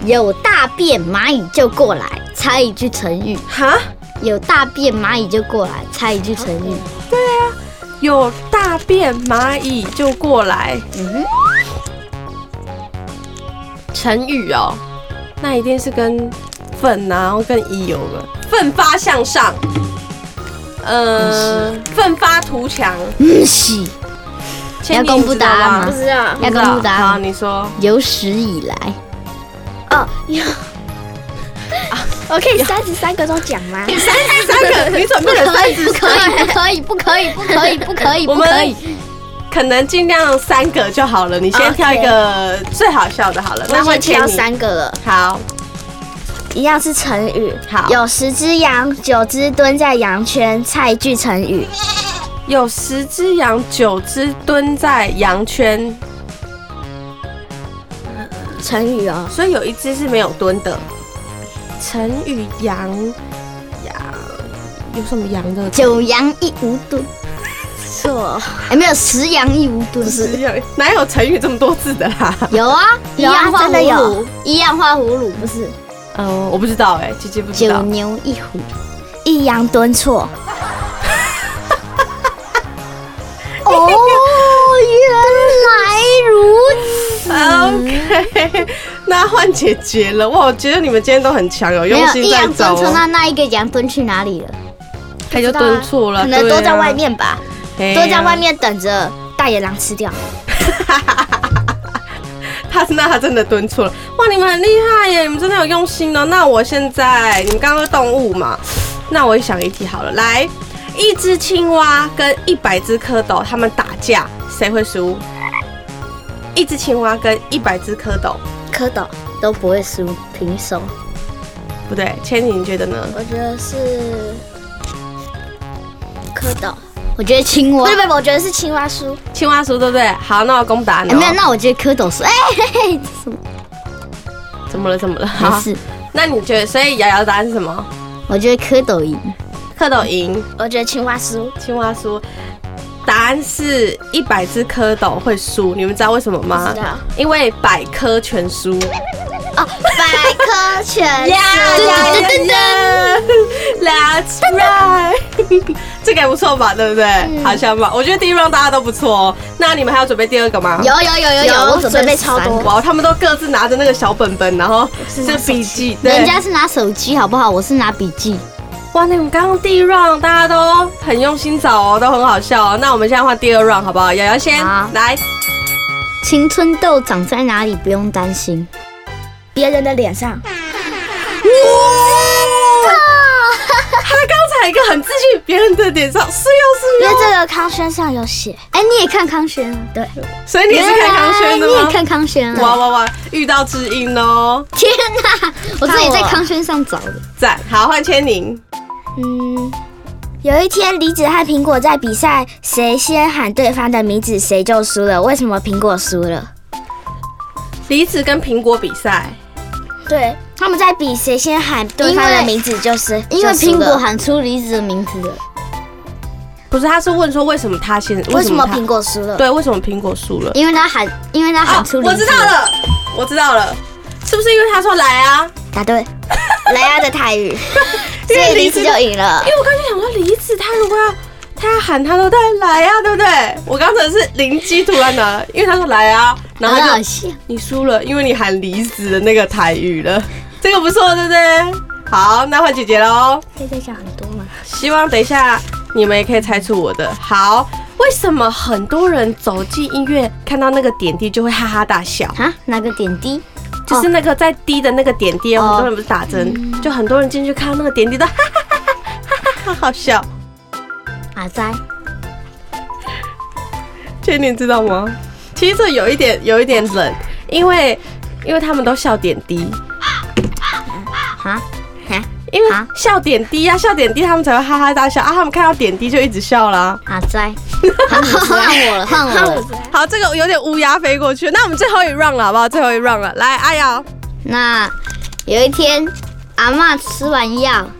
[SPEAKER 4] 有大便蚂蚁就过来，猜一句成语。
[SPEAKER 3] 哈，
[SPEAKER 4] 有大便蚂蚁就过来，猜一句成语。
[SPEAKER 3] 有大便蚂蚁就过来。成语哦，那一定是跟粪啊，然后跟乙有了，奋发向上，呃，奋发图强。
[SPEAKER 4] 嗯，是
[SPEAKER 3] 千里
[SPEAKER 4] 要公布答案吗
[SPEAKER 3] 你知道吗？
[SPEAKER 4] 要公布答
[SPEAKER 3] 好，
[SPEAKER 4] 案。
[SPEAKER 3] 你说。
[SPEAKER 4] 有史以来，
[SPEAKER 2] 我可以三十三个都讲吗？
[SPEAKER 3] 三十三个，你准备了
[SPEAKER 4] 可
[SPEAKER 3] 三
[SPEAKER 4] 以，
[SPEAKER 3] 十
[SPEAKER 4] 不可以，不可以，不可以，不可以，不可以，
[SPEAKER 3] 我
[SPEAKER 4] 不
[SPEAKER 3] 们
[SPEAKER 4] 可以。
[SPEAKER 3] 可能尽量三个就好了。你先挑一个最好笑的好了。
[SPEAKER 2] 我已经
[SPEAKER 3] 换千
[SPEAKER 2] 挑
[SPEAKER 3] 里。
[SPEAKER 2] 三个了，
[SPEAKER 3] 好，
[SPEAKER 2] 一样是成语。
[SPEAKER 3] 好
[SPEAKER 2] 有十只羊，九只蹲在羊圈，猜一句成语。
[SPEAKER 3] 有十只羊，九只蹲在羊圈，
[SPEAKER 2] 成语哦，
[SPEAKER 3] 所以有一只是没有蹲的。成语羊羊有什么羊的？
[SPEAKER 4] 九阳一无盾，
[SPEAKER 2] 错，
[SPEAKER 4] 哎，没有十阳一无盾是。
[SPEAKER 3] 羊哪有成语这么多字的啦？
[SPEAKER 4] 有啊，一
[SPEAKER 2] 有啊
[SPEAKER 4] 样画
[SPEAKER 2] 真的
[SPEAKER 4] 葫
[SPEAKER 2] 有
[SPEAKER 4] 芦，一样画葫芦不是
[SPEAKER 3] 嗯，我不知道哎、姐姐不知
[SPEAKER 4] 九
[SPEAKER 3] 道。
[SPEAKER 4] 牛一虎，
[SPEAKER 2] 一羊蹲错。
[SPEAKER 4] 哦，原来如此。
[SPEAKER 3] OK，那换姐姐了哇！我觉得你们今天都很强，有
[SPEAKER 4] 没
[SPEAKER 3] 用
[SPEAKER 4] 有
[SPEAKER 3] 心
[SPEAKER 4] 一
[SPEAKER 3] 在
[SPEAKER 4] 羊
[SPEAKER 3] 找
[SPEAKER 4] 蹲错，那
[SPEAKER 3] 哦。
[SPEAKER 4] 那一个羊蹲去哪里了？
[SPEAKER 3] 他就蹲错了，
[SPEAKER 2] 可能
[SPEAKER 3] 对
[SPEAKER 2] 都
[SPEAKER 3] 啊
[SPEAKER 2] 在外，面吧，
[SPEAKER 3] 都
[SPEAKER 2] 都在外。面等着大野狼吃掉。
[SPEAKER 3] 他那他真的蹲错了，哇！你们很厉害耶，你们真的有用心哦。那我现在你们刚刚是动物嘛，那我也想一题好了，来，一只青蛙跟一百只蝌蚪他们打架，谁会输？一只青蛙跟一百只蝌蚪，
[SPEAKER 4] 蝌蚪都不会输，平手。
[SPEAKER 3] 不对，千里你觉得呢？
[SPEAKER 2] 我觉得是蝌蚪，
[SPEAKER 4] 我觉得青
[SPEAKER 2] 不
[SPEAKER 4] 蛙
[SPEAKER 2] 是不是，我觉得是青蛙输。
[SPEAKER 3] 青蛙输对不对？好，那我公布答案
[SPEAKER 4] 哎
[SPEAKER 3] 哦。
[SPEAKER 4] 没有，那我觉得蝌蚪是哎，
[SPEAKER 3] 怎么了？怎么了？
[SPEAKER 4] 没
[SPEAKER 3] 好，
[SPEAKER 4] 事。
[SPEAKER 3] 那你觉得，所以瑶瑶的答案是什么？
[SPEAKER 4] 我觉得蝌蚪赢，
[SPEAKER 3] 蝌蚪赢，
[SPEAKER 2] 我觉得青蛙输，
[SPEAKER 3] 青蛙输。答案是一百只蝌蚪会输，你们知道为什么吗
[SPEAKER 2] 不知道？
[SPEAKER 3] 因为百科全书。
[SPEAKER 2] 哦百科全
[SPEAKER 3] 呀呀呀呀！That's right，这个也不错吧？对不对？
[SPEAKER 4] 嗯
[SPEAKER 3] 好像吧？我觉得第一 round 大家都不错哦。那你们还要准备第二个吗？
[SPEAKER 4] 有有有
[SPEAKER 2] 有
[SPEAKER 4] 有有，
[SPEAKER 2] 我准备超多
[SPEAKER 4] 三个
[SPEAKER 3] 哇，他们都各自拿着那个小本本，然后这笔记。对
[SPEAKER 4] 人家是拿手机好不好？我是拿笔记。
[SPEAKER 3] 哇，那你们刚刚第一 round 大家都很用心找哦，都很好笑哦。那我们现在换第二 round 好不好？瑶瑶先
[SPEAKER 4] 好
[SPEAKER 3] 来，
[SPEAKER 4] 青春痘长在哪里不用担心，
[SPEAKER 2] 别人的脸上，
[SPEAKER 3] 哇，他刚才在一个很自信别人的点上，是
[SPEAKER 2] 因
[SPEAKER 3] 又
[SPEAKER 2] 为
[SPEAKER 3] 是又，
[SPEAKER 2] 这个康轩上有写，
[SPEAKER 4] 哎、你也看康轩啊？对，
[SPEAKER 3] 所以你也是看康轩的
[SPEAKER 4] 你也
[SPEAKER 3] 吗？
[SPEAKER 4] 看康轩
[SPEAKER 3] 哇
[SPEAKER 4] 啊？
[SPEAKER 3] 哇哇！遇到知音哦，
[SPEAKER 4] 天哪、我自己在康轩上找的。
[SPEAKER 3] 赞！好，换千宁。
[SPEAKER 2] 嗯，有一天梨子和苹果在比赛，谁先喊对方的名字谁就输了。为什么苹果输了？
[SPEAKER 3] 梨子跟苹果比赛，
[SPEAKER 2] 对，他们在比谁先喊对方的名字就是，
[SPEAKER 4] 因为
[SPEAKER 2] 就输
[SPEAKER 4] 苹果
[SPEAKER 2] 了
[SPEAKER 4] 喊出梨子的名字了，
[SPEAKER 3] 不是，他是问说为什么他先，
[SPEAKER 2] 为什么
[SPEAKER 3] 他
[SPEAKER 2] 苹果输了？
[SPEAKER 3] 对，为什么苹果输了？啊
[SPEAKER 4] 因为他喊，因为他喊出梨子、
[SPEAKER 3] 我知道，了，我知道了，是不是因为他说来啊？
[SPEAKER 2] 答对，莱亚的泰啊 语，所
[SPEAKER 3] 因为
[SPEAKER 2] 以
[SPEAKER 3] 梨
[SPEAKER 2] 梨
[SPEAKER 3] 子
[SPEAKER 2] 子就赢了
[SPEAKER 3] 因。为我刚才想说梨子，他如果要他要喊他都在来啊，对不对？我刚才是灵机突然的，因为他说来啊，然后
[SPEAKER 4] 很
[SPEAKER 3] 他
[SPEAKER 4] 好
[SPEAKER 3] 就
[SPEAKER 4] 笑。
[SPEAKER 3] 你输了，因为你喊梨子的那个台语了，这个不错，对不对？好，那换姐姐喽。
[SPEAKER 2] 可以再讲很多吗？
[SPEAKER 3] 希望等一下你们也可以猜出我的。好，为什么很多人走进医院看到那个点滴就会哈哈大笑？
[SPEAKER 4] 啊，哪个点滴？
[SPEAKER 3] 就是那个在滴的那个点滴，
[SPEAKER 4] 哦
[SPEAKER 3] 很多人不是打针，就很多人进去看到那个点滴都哈哈哈哈哈哈哈好笑。
[SPEAKER 4] 阿哉，
[SPEAKER 3] 这你知道吗？其实这有一点有一点冷，因为因为他们都笑点滴。
[SPEAKER 4] 啊啊
[SPEAKER 3] 因为
[SPEAKER 4] 啊
[SPEAKER 3] 笑点滴呀、啊，笑点滴，他们才会哈哈大笑啊！他们看到点滴就一直笑啦、
[SPEAKER 4] 阿 哉， 换你换我了，换我了。
[SPEAKER 3] 好，这个有点乌鸦飞过去。那我们最后一 round 了，好不好？最后一 round 了，来，阿瑶，
[SPEAKER 4] 那有一天，阿嬷吃完药，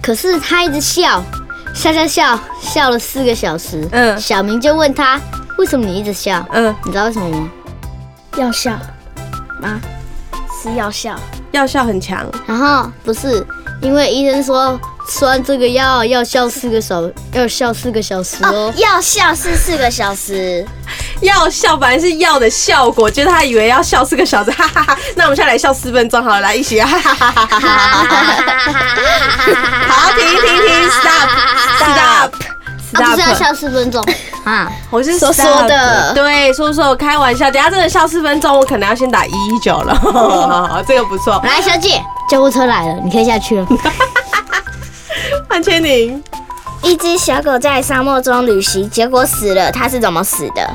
[SPEAKER 4] 可是她一直笑，笑笑笑，笑了四个小时。
[SPEAKER 3] 嗯
[SPEAKER 4] 小明就问她，为什么你一直笑？
[SPEAKER 3] 嗯，
[SPEAKER 4] 你知道为什么吗？
[SPEAKER 2] 要笑吗？是要笑。
[SPEAKER 3] 药效很强，
[SPEAKER 4] 然后不是，因为医生说吃完这个药要笑四个小，要笑四个小时哦。
[SPEAKER 2] 哦，要笑是四个小时，
[SPEAKER 3] 药效本来是药的效果，就是他以为要笑四个小时，哈哈哈。那我们现在来笑四分钟好了，来一起，哈哈哈哈哈哈。好，停停停，stop stop
[SPEAKER 4] 啊，不是要
[SPEAKER 3] stop，
[SPEAKER 4] 笑四分钟啊？
[SPEAKER 3] 我是
[SPEAKER 2] 说说
[SPEAKER 3] stop
[SPEAKER 2] 的
[SPEAKER 3] 对，说说我开玩笑，等一下真的笑四分钟，我可能要先打一一九了， 好这个不错。
[SPEAKER 4] 来，小姐，救护车来了，你可以下去了。
[SPEAKER 3] 范千宁，
[SPEAKER 2] 一只小狗在沙漠中旅行，结果死了，它是怎么死的？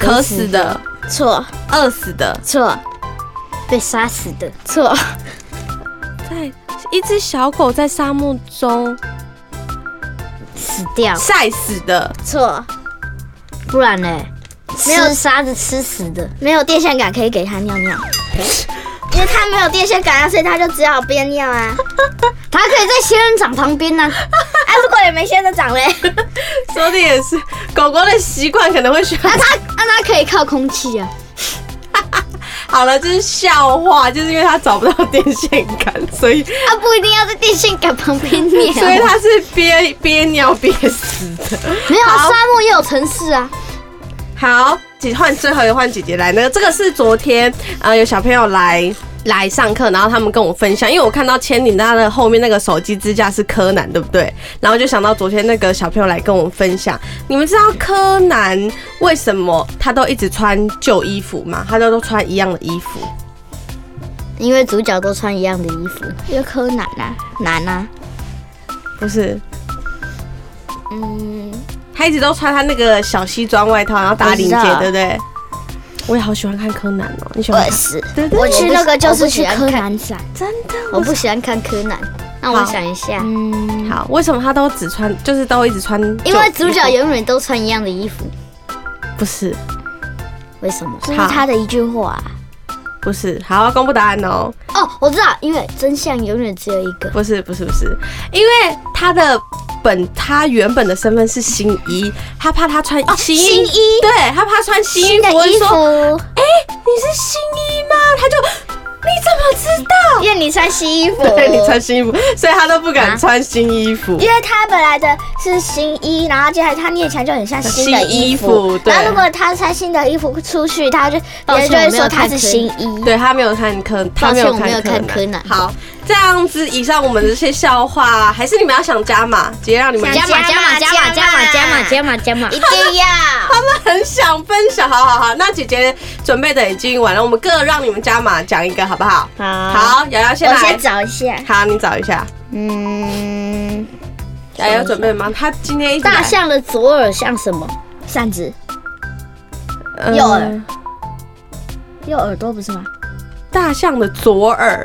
[SPEAKER 3] 渴死的，
[SPEAKER 2] 错
[SPEAKER 3] 饿死的，
[SPEAKER 2] 错
[SPEAKER 4] 被杀死的，
[SPEAKER 2] 错，
[SPEAKER 3] 在一只小狗在沙漠中
[SPEAKER 4] 死掉，
[SPEAKER 3] 晒死的，
[SPEAKER 2] 错，
[SPEAKER 4] 不然呢？
[SPEAKER 2] 没有
[SPEAKER 4] 吃沙子吃死的。
[SPEAKER 2] 没有电线杆可以给它尿尿， 因为它没有电线杆啊，所以它就只好边尿 啊。
[SPEAKER 4] 他可以在仙人掌旁边呢、
[SPEAKER 2] 啊，如果也没仙人掌嘞，
[SPEAKER 3] 说的也是，狗狗的习惯可能会需要。
[SPEAKER 4] 那他那他可以靠空气啊。
[SPEAKER 3] 好了，这是笑话，就是因为它找不到电线杆，所 以
[SPEAKER 4] 他啊不一定要在电线杆旁边尿，
[SPEAKER 3] 所以它是憋憋尿憋死的。
[SPEAKER 4] 没有啊
[SPEAKER 3] 好
[SPEAKER 4] 沙漠也有城市啊。
[SPEAKER 3] 好，姐换最后一个换姐姐来，那个这个是昨天呃有小朋友来。来上课，然后他们跟我分享，因为我看到千里他的后面那个手机支架是柯南，对不对？然后就想到昨天那个小朋友来跟我们分享，你们知道柯南为什么他都一直穿旧衣服吗？他都都穿一样的衣服，
[SPEAKER 4] 因为主角都穿一样的衣服，
[SPEAKER 2] 有柯南啊，
[SPEAKER 4] 难啊！
[SPEAKER 3] 不是？
[SPEAKER 2] 嗯，
[SPEAKER 3] 他一直都穿他那个小西装外套，然后打领
[SPEAKER 2] 我知
[SPEAKER 3] 结，
[SPEAKER 2] 道
[SPEAKER 3] 对不对？我也好喜欢看柯南哦，你喜
[SPEAKER 2] 我
[SPEAKER 3] 欢
[SPEAKER 2] 也
[SPEAKER 3] 看？
[SPEAKER 2] 是，
[SPEAKER 3] 对对
[SPEAKER 2] 我
[SPEAKER 3] 对
[SPEAKER 2] 去那个就是去
[SPEAKER 4] 我
[SPEAKER 2] 柯
[SPEAKER 4] 不喜欢看
[SPEAKER 2] 南展，啊
[SPEAKER 3] 真的
[SPEAKER 4] 我不喜欢看柯南，让我
[SPEAKER 3] 好
[SPEAKER 4] 想一下，
[SPEAKER 2] 嗯，
[SPEAKER 3] 好，为什么他都只穿，就是都一直穿旧衣服？
[SPEAKER 4] 因为主角永远都穿一样的衣服，
[SPEAKER 3] 不是
[SPEAKER 4] 为什么？
[SPEAKER 2] 这是他的一句话啊、
[SPEAKER 3] 不是，好，公布答案哦，
[SPEAKER 4] 哦，我知道，因为真相永远只有一个。
[SPEAKER 3] 不是不是不是，因为他的本他原本的身份是新一，他怕他穿哦新
[SPEAKER 2] 新一
[SPEAKER 3] 对他怕穿新衣
[SPEAKER 2] 新的
[SPEAKER 3] 服，
[SPEAKER 2] 衣
[SPEAKER 3] 会说
[SPEAKER 2] 服，
[SPEAKER 3] 哎、你是新一吗？他就你怎么知道？
[SPEAKER 2] 因为你穿新 衣服，
[SPEAKER 3] 对你穿新衣服，所以他都不敢
[SPEAKER 4] 啊
[SPEAKER 3] 穿新衣服。
[SPEAKER 2] 因为他本来的是新衣，然后接下来他念起来就很像新的衣
[SPEAKER 3] 新衣
[SPEAKER 2] 服
[SPEAKER 3] 服。对
[SPEAKER 2] 然后如果他穿新的衣服出去，他就别
[SPEAKER 4] 抱
[SPEAKER 2] 人
[SPEAKER 4] 歉
[SPEAKER 2] 就会
[SPEAKER 4] 我没有
[SPEAKER 2] 说他
[SPEAKER 4] 看
[SPEAKER 2] 是
[SPEAKER 4] 柯
[SPEAKER 2] 新衣。
[SPEAKER 3] 对他没有看柯，他
[SPEAKER 4] 抱
[SPEAKER 3] 没
[SPEAKER 4] 歉
[SPEAKER 3] 有
[SPEAKER 4] 我没有
[SPEAKER 3] 看
[SPEAKER 4] 看
[SPEAKER 3] 柯
[SPEAKER 4] 柯
[SPEAKER 3] 南。
[SPEAKER 4] 南
[SPEAKER 3] 好，这样子，以上我们这些笑话，还是你们要想加码，直接让你们
[SPEAKER 2] 想
[SPEAKER 4] 加码加码加码加码加码加码加码
[SPEAKER 2] 一！定要
[SPEAKER 3] 他们很想分享。好好好，那姐姐准备的已经完了，我们各让你们加码讲一个，好不好？
[SPEAKER 4] 好，
[SPEAKER 3] 好，瑶瑶先
[SPEAKER 2] 我
[SPEAKER 3] 来
[SPEAKER 2] 先。找一下，
[SPEAKER 3] 好，你找一下。
[SPEAKER 4] 嗯，
[SPEAKER 3] 哎，要准备吗？他今天一直来
[SPEAKER 4] 大象的左耳像什么？
[SPEAKER 2] 扇子，
[SPEAKER 3] 嗯
[SPEAKER 4] 右耳
[SPEAKER 2] 右耳朵不是吗？
[SPEAKER 3] 大象的左耳，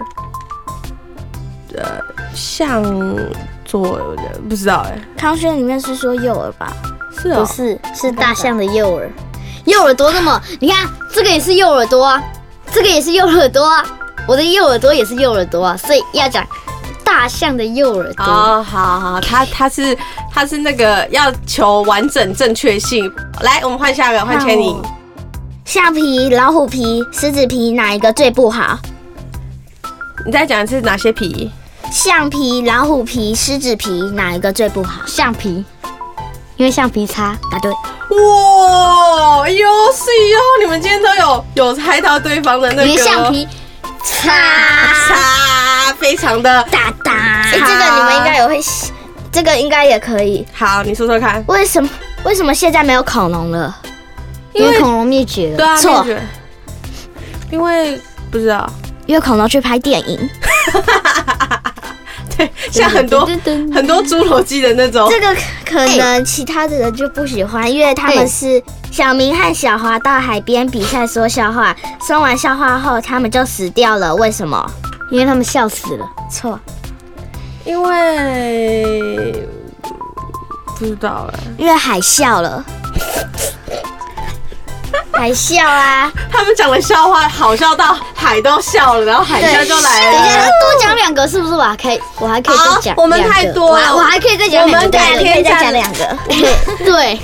[SPEAKER 3] 呃，象左不知道哎、
[SPEAKER 2] 康轩里面是说右耳吧？
[SPEAKER 3] 是
[SPEAKER 4] 不
[SPEAKER 3] 哦，
[SPEAKER 4] 是，是大象的右耳。右耳朵那么，你看这个也是右耳朵啊，这个也是右耳朵啊，我的右耳朵也是右耳朵啊，所以要讲大象的右耳朵。
[SPEAKER 3] 哦，好好，他他是他是那个要求完整正确性。来，我们换下一个，换千妮。
[SPEAKER 2] 象皮、老虎皮、狮子皮哪一个最不好？
[SPEAKER 3] 你再讲一次哪些皮？
[SPEAKER 2] 象皮、老虎皮、狮子皮哪一个最不好？
[SPEAKER 4] 橡皮，因为橡皮擦，答对。
[SPEAKER 3] 哇，有是哟！你们今天都有有猜到对方的那个
[SPEAKER 4] 因为橡皮擦，
[SPEAKER 3] 擦，非常的
[SPEAKER 2] 哒哒
[SPEAKER 4] 哎，这个你们应该也会写，
[SPEAKER 2] 这个应该也可以。
[SPEAKER 3] 好。你说说看，
[SPEAKER 2] 为什么为什么现在没有恐龙了？
[SPEAKER 4] 因为恐龙灭绝
[SPEAKER 3] 对
[SPEAKER 4] 了。
[SPEAKER 3] 啊，
[SPEAKER 2] 错
[SPEAKER 3] 灭绝因为不知道，
[SPEAKER 2] 因为恐龙去拍电影。
[SPEAKER 3] 对，像很多
[SPEAKER 4] 噔噔噔
[SPEAKER 3] 很多侏罗纪的那种
[SPEAKER 2] 这个可能其他的人就不喜欢，因为他们是小明和小华到海边比赛说笑话，说完笑话后他们就死掉了。为什么？
[SPEAKER 4] 因为他们笑死了。
[SPEAKER 2] 错，
[SPEAKER 3] 因为不知道哎、
[SPEAKER 2] 因为海啸 了。海啸啊！
[SPEAKER 3] 他们讲的笑话好笑到海都笑了，然后海啸就来
[SPEAKER 4] 等一下，
[SPEAKER 3] 了。
[SPEAKER 4] 多讲两个是不是？我还可以，我还可以再
[SPEAKER 3] 好
[SPEAKER 4] 讲两个。
[SPEAKER 3] 哦我们太多了
[SPEAKER 4] 我还我还可以再讲
[SPEAKER 3] 我
[SPEAKER 4] 两
[SPEAKER 3] 们
[SPEAKER 4] 个。
[SPEAKER 3] 改天
[SPEAKER 2] 再
[SPEAKER 3] 再
[SPEAKER 2] 讲两个，
[SPEAKER 4] 对，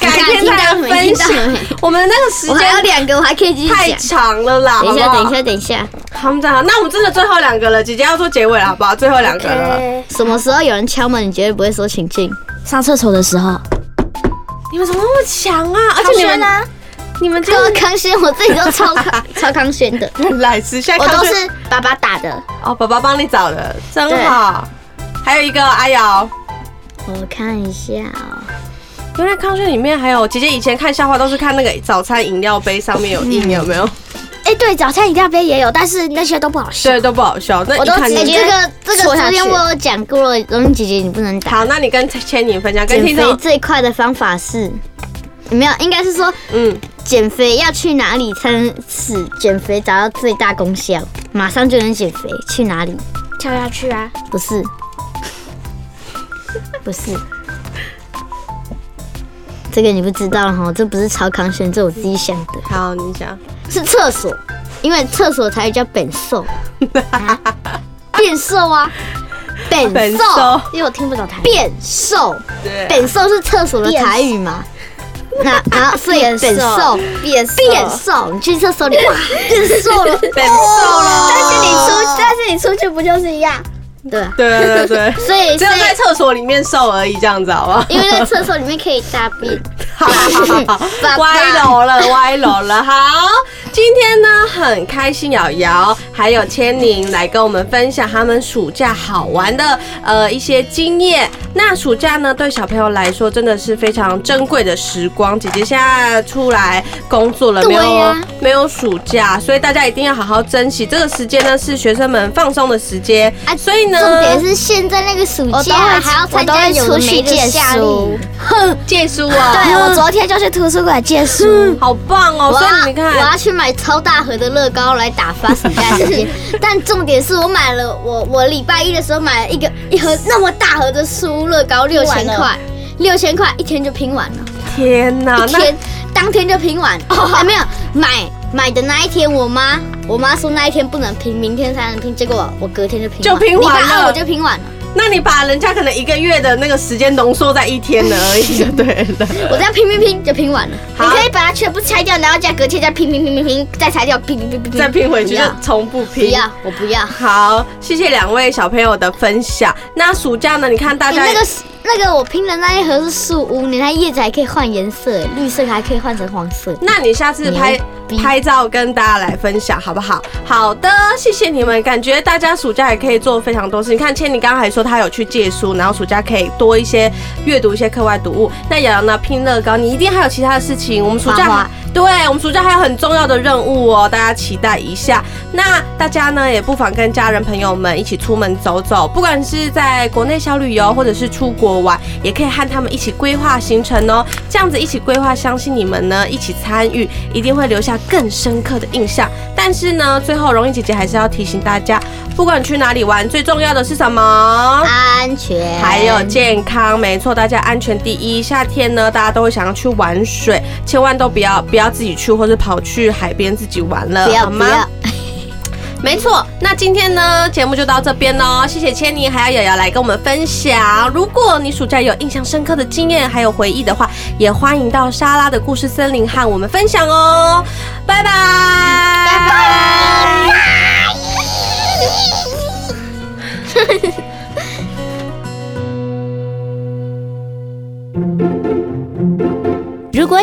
[SPEAKER 3] 改天
[SPEAKER 4] 你
[SPEAKER 3] 再
[SPEAKER 4] 看听到没
[SPEAKER 3] 分享
[SPEAKER 4] 听到没。
[SPEAKER 3] 我们那个时
[SPEAKER 4] 我还有
[SPEAKER 3] 间
[SPEAKER 4] 两个，我还可以继续
[SPEAKER 3] 太
[SPEAKER 4] 讲。
[SPEAKER 3] 长了啦，
[SPEAKER 4] 等一下，
[SPEAKER 3] 好不好
[SPEAKER 4] 等一下，等一下，
[SPEAKER 3] 好，我们这样，那我们真的最后两个了，姐姐要做结尾了，好不好？最后两个了。
[SPEAKER 4] 什么时候有人敲门，你绝对不会说请进。
[SPEAKER 2] 上厕所的时候，
[SPEAKER 3] 你们怎么那么强啊？而
[SPEAKER 2] 同
[SPEAKER 3] 且你
[SPEAKER 2] 学
[SPEAKER 3] 们
[SPEAKER 2] 呢？
[SPEAKER 3] 你们就
[SPEAKER 4] 啊哥康轩，我自己都 超康超康轩的，
[SPEAKER 3] 原来是现在
[SPEAKER 2] 我
[SPEAKER 3] 看
[SPEAKER 2] 都
[SPEAKER 3] 去
[SPEAKER 2] 是爸爸打的。
[SPEAKER 3] 哦，宝宝帮你找的，真好。还有一个阿瑶，
[SPEAKER 4] 我看一下哦。
[SPEAKER 3] 原来康轩里面还有姐姐以前看笑话都是看那个早餐饮料杯上面有印，有没有？
[SPEAKER 2] 哎，对，早餐饮料杯也有，但是那些都不好笑。
[SPEAKER 3] 对，都不好笑。那
[SPEAKER 2] 我
[SPEAKER 3] 一
[SPEAKER 2] 都
[SPEAKER 3] 看
[SPEAKER 2] 直
[SPEAKER 3] 就
[SPEAKER 4] 哎、
[SPEAKER 2] 接
[SPEAKER 3] 知
[SPEAKER 4] 这个这个
[SPEAKER 2] 戳下
[SPEAKER 4] 昨
[SPEAKER 2] 去
[SPEAKER 4] 天我有讲过，荣姐姐你不能打。
[SPEAKER 3] 好，那你跟千宁分享，跟
[SPEAKER 4] 减
[SPEAKER 3] 听
[SPEAKER 4] 肥
[SPEAKER 3] 众，
[SPEAKER 4] 最快的方法是，没有，应该是说
[SPEAKER 3] 嗯，
[SPEAKER 4] 减肥要去哪里才能使减肥达到最大功效，马上就能减肥。去哪里？
[SPEAKER 2] 跳下去啊！
[SPEAKER 4] 不是，不是。这个你不知道哈，这不是超康轩，这我自己想的，
[SPEAKER 3] 好，你讲。
[SPEAKER 4] 是厕所，因为厕所才叫本瘦， 啊变瘦啊，本
[SPEAKER 3] 本
[SPEAKER 4] 瘦，
[SPEAKER 3] 瘦
[SPEAKER 2] 因为我听不懂台语。
[SPEAKER 4] 变瘦。
[SPEAKER 3] 对，
[SPEAKER 4] 本兽是厕所的台语嘛？那啊，所以本兽
[SPEAKER 2] 变
[SPEAKER 4] 变瘦，你去厕所里哇变瘦了，
[SPEAKER 3] 本瘦 了。
[SPEAKER 2] 但是你出，但是你出去 不就是一样？
[SPEAKER 4] 对啊，
[SPEAKER 3] 对对对对，
[SPEAKER 4] 所以
[SPEAKER 3] 只
[SPEAKER 4] 所
[SPEAKER 3] 有在
[SPEAKER 4] 以
[SPEAKER 3] 厕所里面瘦而已，这样子好不好？
[SPEAKER 4] 因为在厕所里面可以大便，
[SPEAKER 3] 好好好 好，歪楼了，歪楼了。好，今天呢很开心，瑶瑶还有千宁来跟我们分享他们暑假好玩的呃一些经验。那暑假呢对小朋友来说真的是非常珍贵的时光。姐姐现在出来工作了，没有、
[SPEAKER 4] 对啊呀
[SPEAKER 3] 没有暑假，所以大家一定要好好珍惜这个时间呢，是学生们放松的时间。
[SPEAKER 4] 啊
[SPEAKER 3] 所以呢，
[SPEAKER 4] 重点是现在那个暑
[SPEAKER 2] 我都
[SPEAKER 4] 假
[SPEAKER 2] 会
[SPEAKER 4] 还要
[SPEAKER 2] 我
[SPEAKER 4] 参
[SPEAKER 2] 都
[SPEAKER 4] 加
[SPEAKER 2] 会
[SPEAKER 4] 有的
[SPEAKER 2] 出去
[SPEAKER 4] 没的
[SPEAKER 2] 借
[SPEAKER 4] 夏令
[SPEAKER 2] 书
[SPEAKER 4] 营。。
[SPEAKER 3] 借书哦，
[SPEAKER 2] 对，我昨天就去图书馆借书。
[SPEAKER 3] 好棒哦！
[SPEAKER 4] 我
[SPEAKER 3] 所以
[SPEAKER 4] 要
[SPEAKER 3] 你看，
[SPEAKER 4] 我要去买超大盒的乐高来打发暑假时间，但重点是我买了，我我礼拜一的时候买了一个一盒那么大盒的书乐高，六千块，六千块一天就拼完了。
[SPEAKER 3] 天哪，
[SPEAKER 4] 一
[SPEAKER 3] 啊那
[SPEAKER 4] 天，当天就拼 完。哎，没有买买的那一天，我妈我妈说那一天不能拼，明天才能拼。结果我隔天就拼
[SPEAKER 3] 就
[SPEAKER 4] 完，
[SPEAKER 3] 拼完了
[SPEAKER 4] 礼拜哦二我就拼完了。
[SPEAKER 3] 那你把人家可能一个月的那个时间浓缩在一天了而已就对了。
[SPEAKER 4] 我这样拼拼拼就拼完了。
[SPEAKER 3] 呃好
[SPEAKER 2] 你可以把它全部拆掉，然后再隔天再拼拼拼拼拼，再拆掉拼拼拼拼拼。
[SPEAKER 3] 再拼回去
[SPEAKER 4] 不
[SPEAKER 3] 就
[SPEAKER 4] 要
[SPEAKER 3] 重复
[SPEAKER 4] 不
[SPEAKER 3] 拼。
[SPEAKER 4] 要，啊我不要。
[SPEAKER 3] 好，谢谢两位小朋友的分享。那暑假呢？你看大
[SPEAKER 4] 你
[SPEAKER 3] 家、
[SPEAKER 4] 那个那个我拼的那一盒是树屋，你那叶子还可以换颜色，绿色还可以换成黄色。
[SPEAKER 3] 那你下次拍拍照跟大家来分享好不好？好的，谢谢你们。感觉大家暑假也可以做非常多事。你看千妮刚刚还说她有去借书，然后暑假可以多一些阅读一些课外读物。那瑶瑶呢，拼乐高，你一定还有其他的事情。我们暑假
[SPEAKER 4] 画画
[SPEAKER 3] 对我们暑假还有很重要的任务哦，大家期待一下。那大家呢也不妨跟家人朋友们一起出门走走，不管是在国内小旅游，或者是出国玩，也可以和他们一起规划行程哦。这样子一起规划，相信你们呢一起参与，一定会留下更深刻的印象。但是呢，最后容易姐姐还是要提醒大家，不管去哪里玩，最重要的是什么？
[SPEAKER 6] 安全，
[SPEAKER 3] 还有健康，没错，大家安全第一。夏天呢，大家都会想要去玩水，千万都不要不要自己去，或是跑去海边自己玩了，
[SPEAKER 6] 不要
[SPEAKER 3] 好
[SPEAKER 6] 不
[SPEAKER 3] 吗？
[SPEAKER 6] 要，
[SPEAKER 3] 没错，那今天呢节目就到这边喽，谢谢千妮还有瑶瑶来跟我们分享。如果你暑假有印象深刻的经验还有回忆的话，也欢迎到莎拉的故事森林和我们分享哦。拜拜，拜拜。
[SPEAKER 2] 如果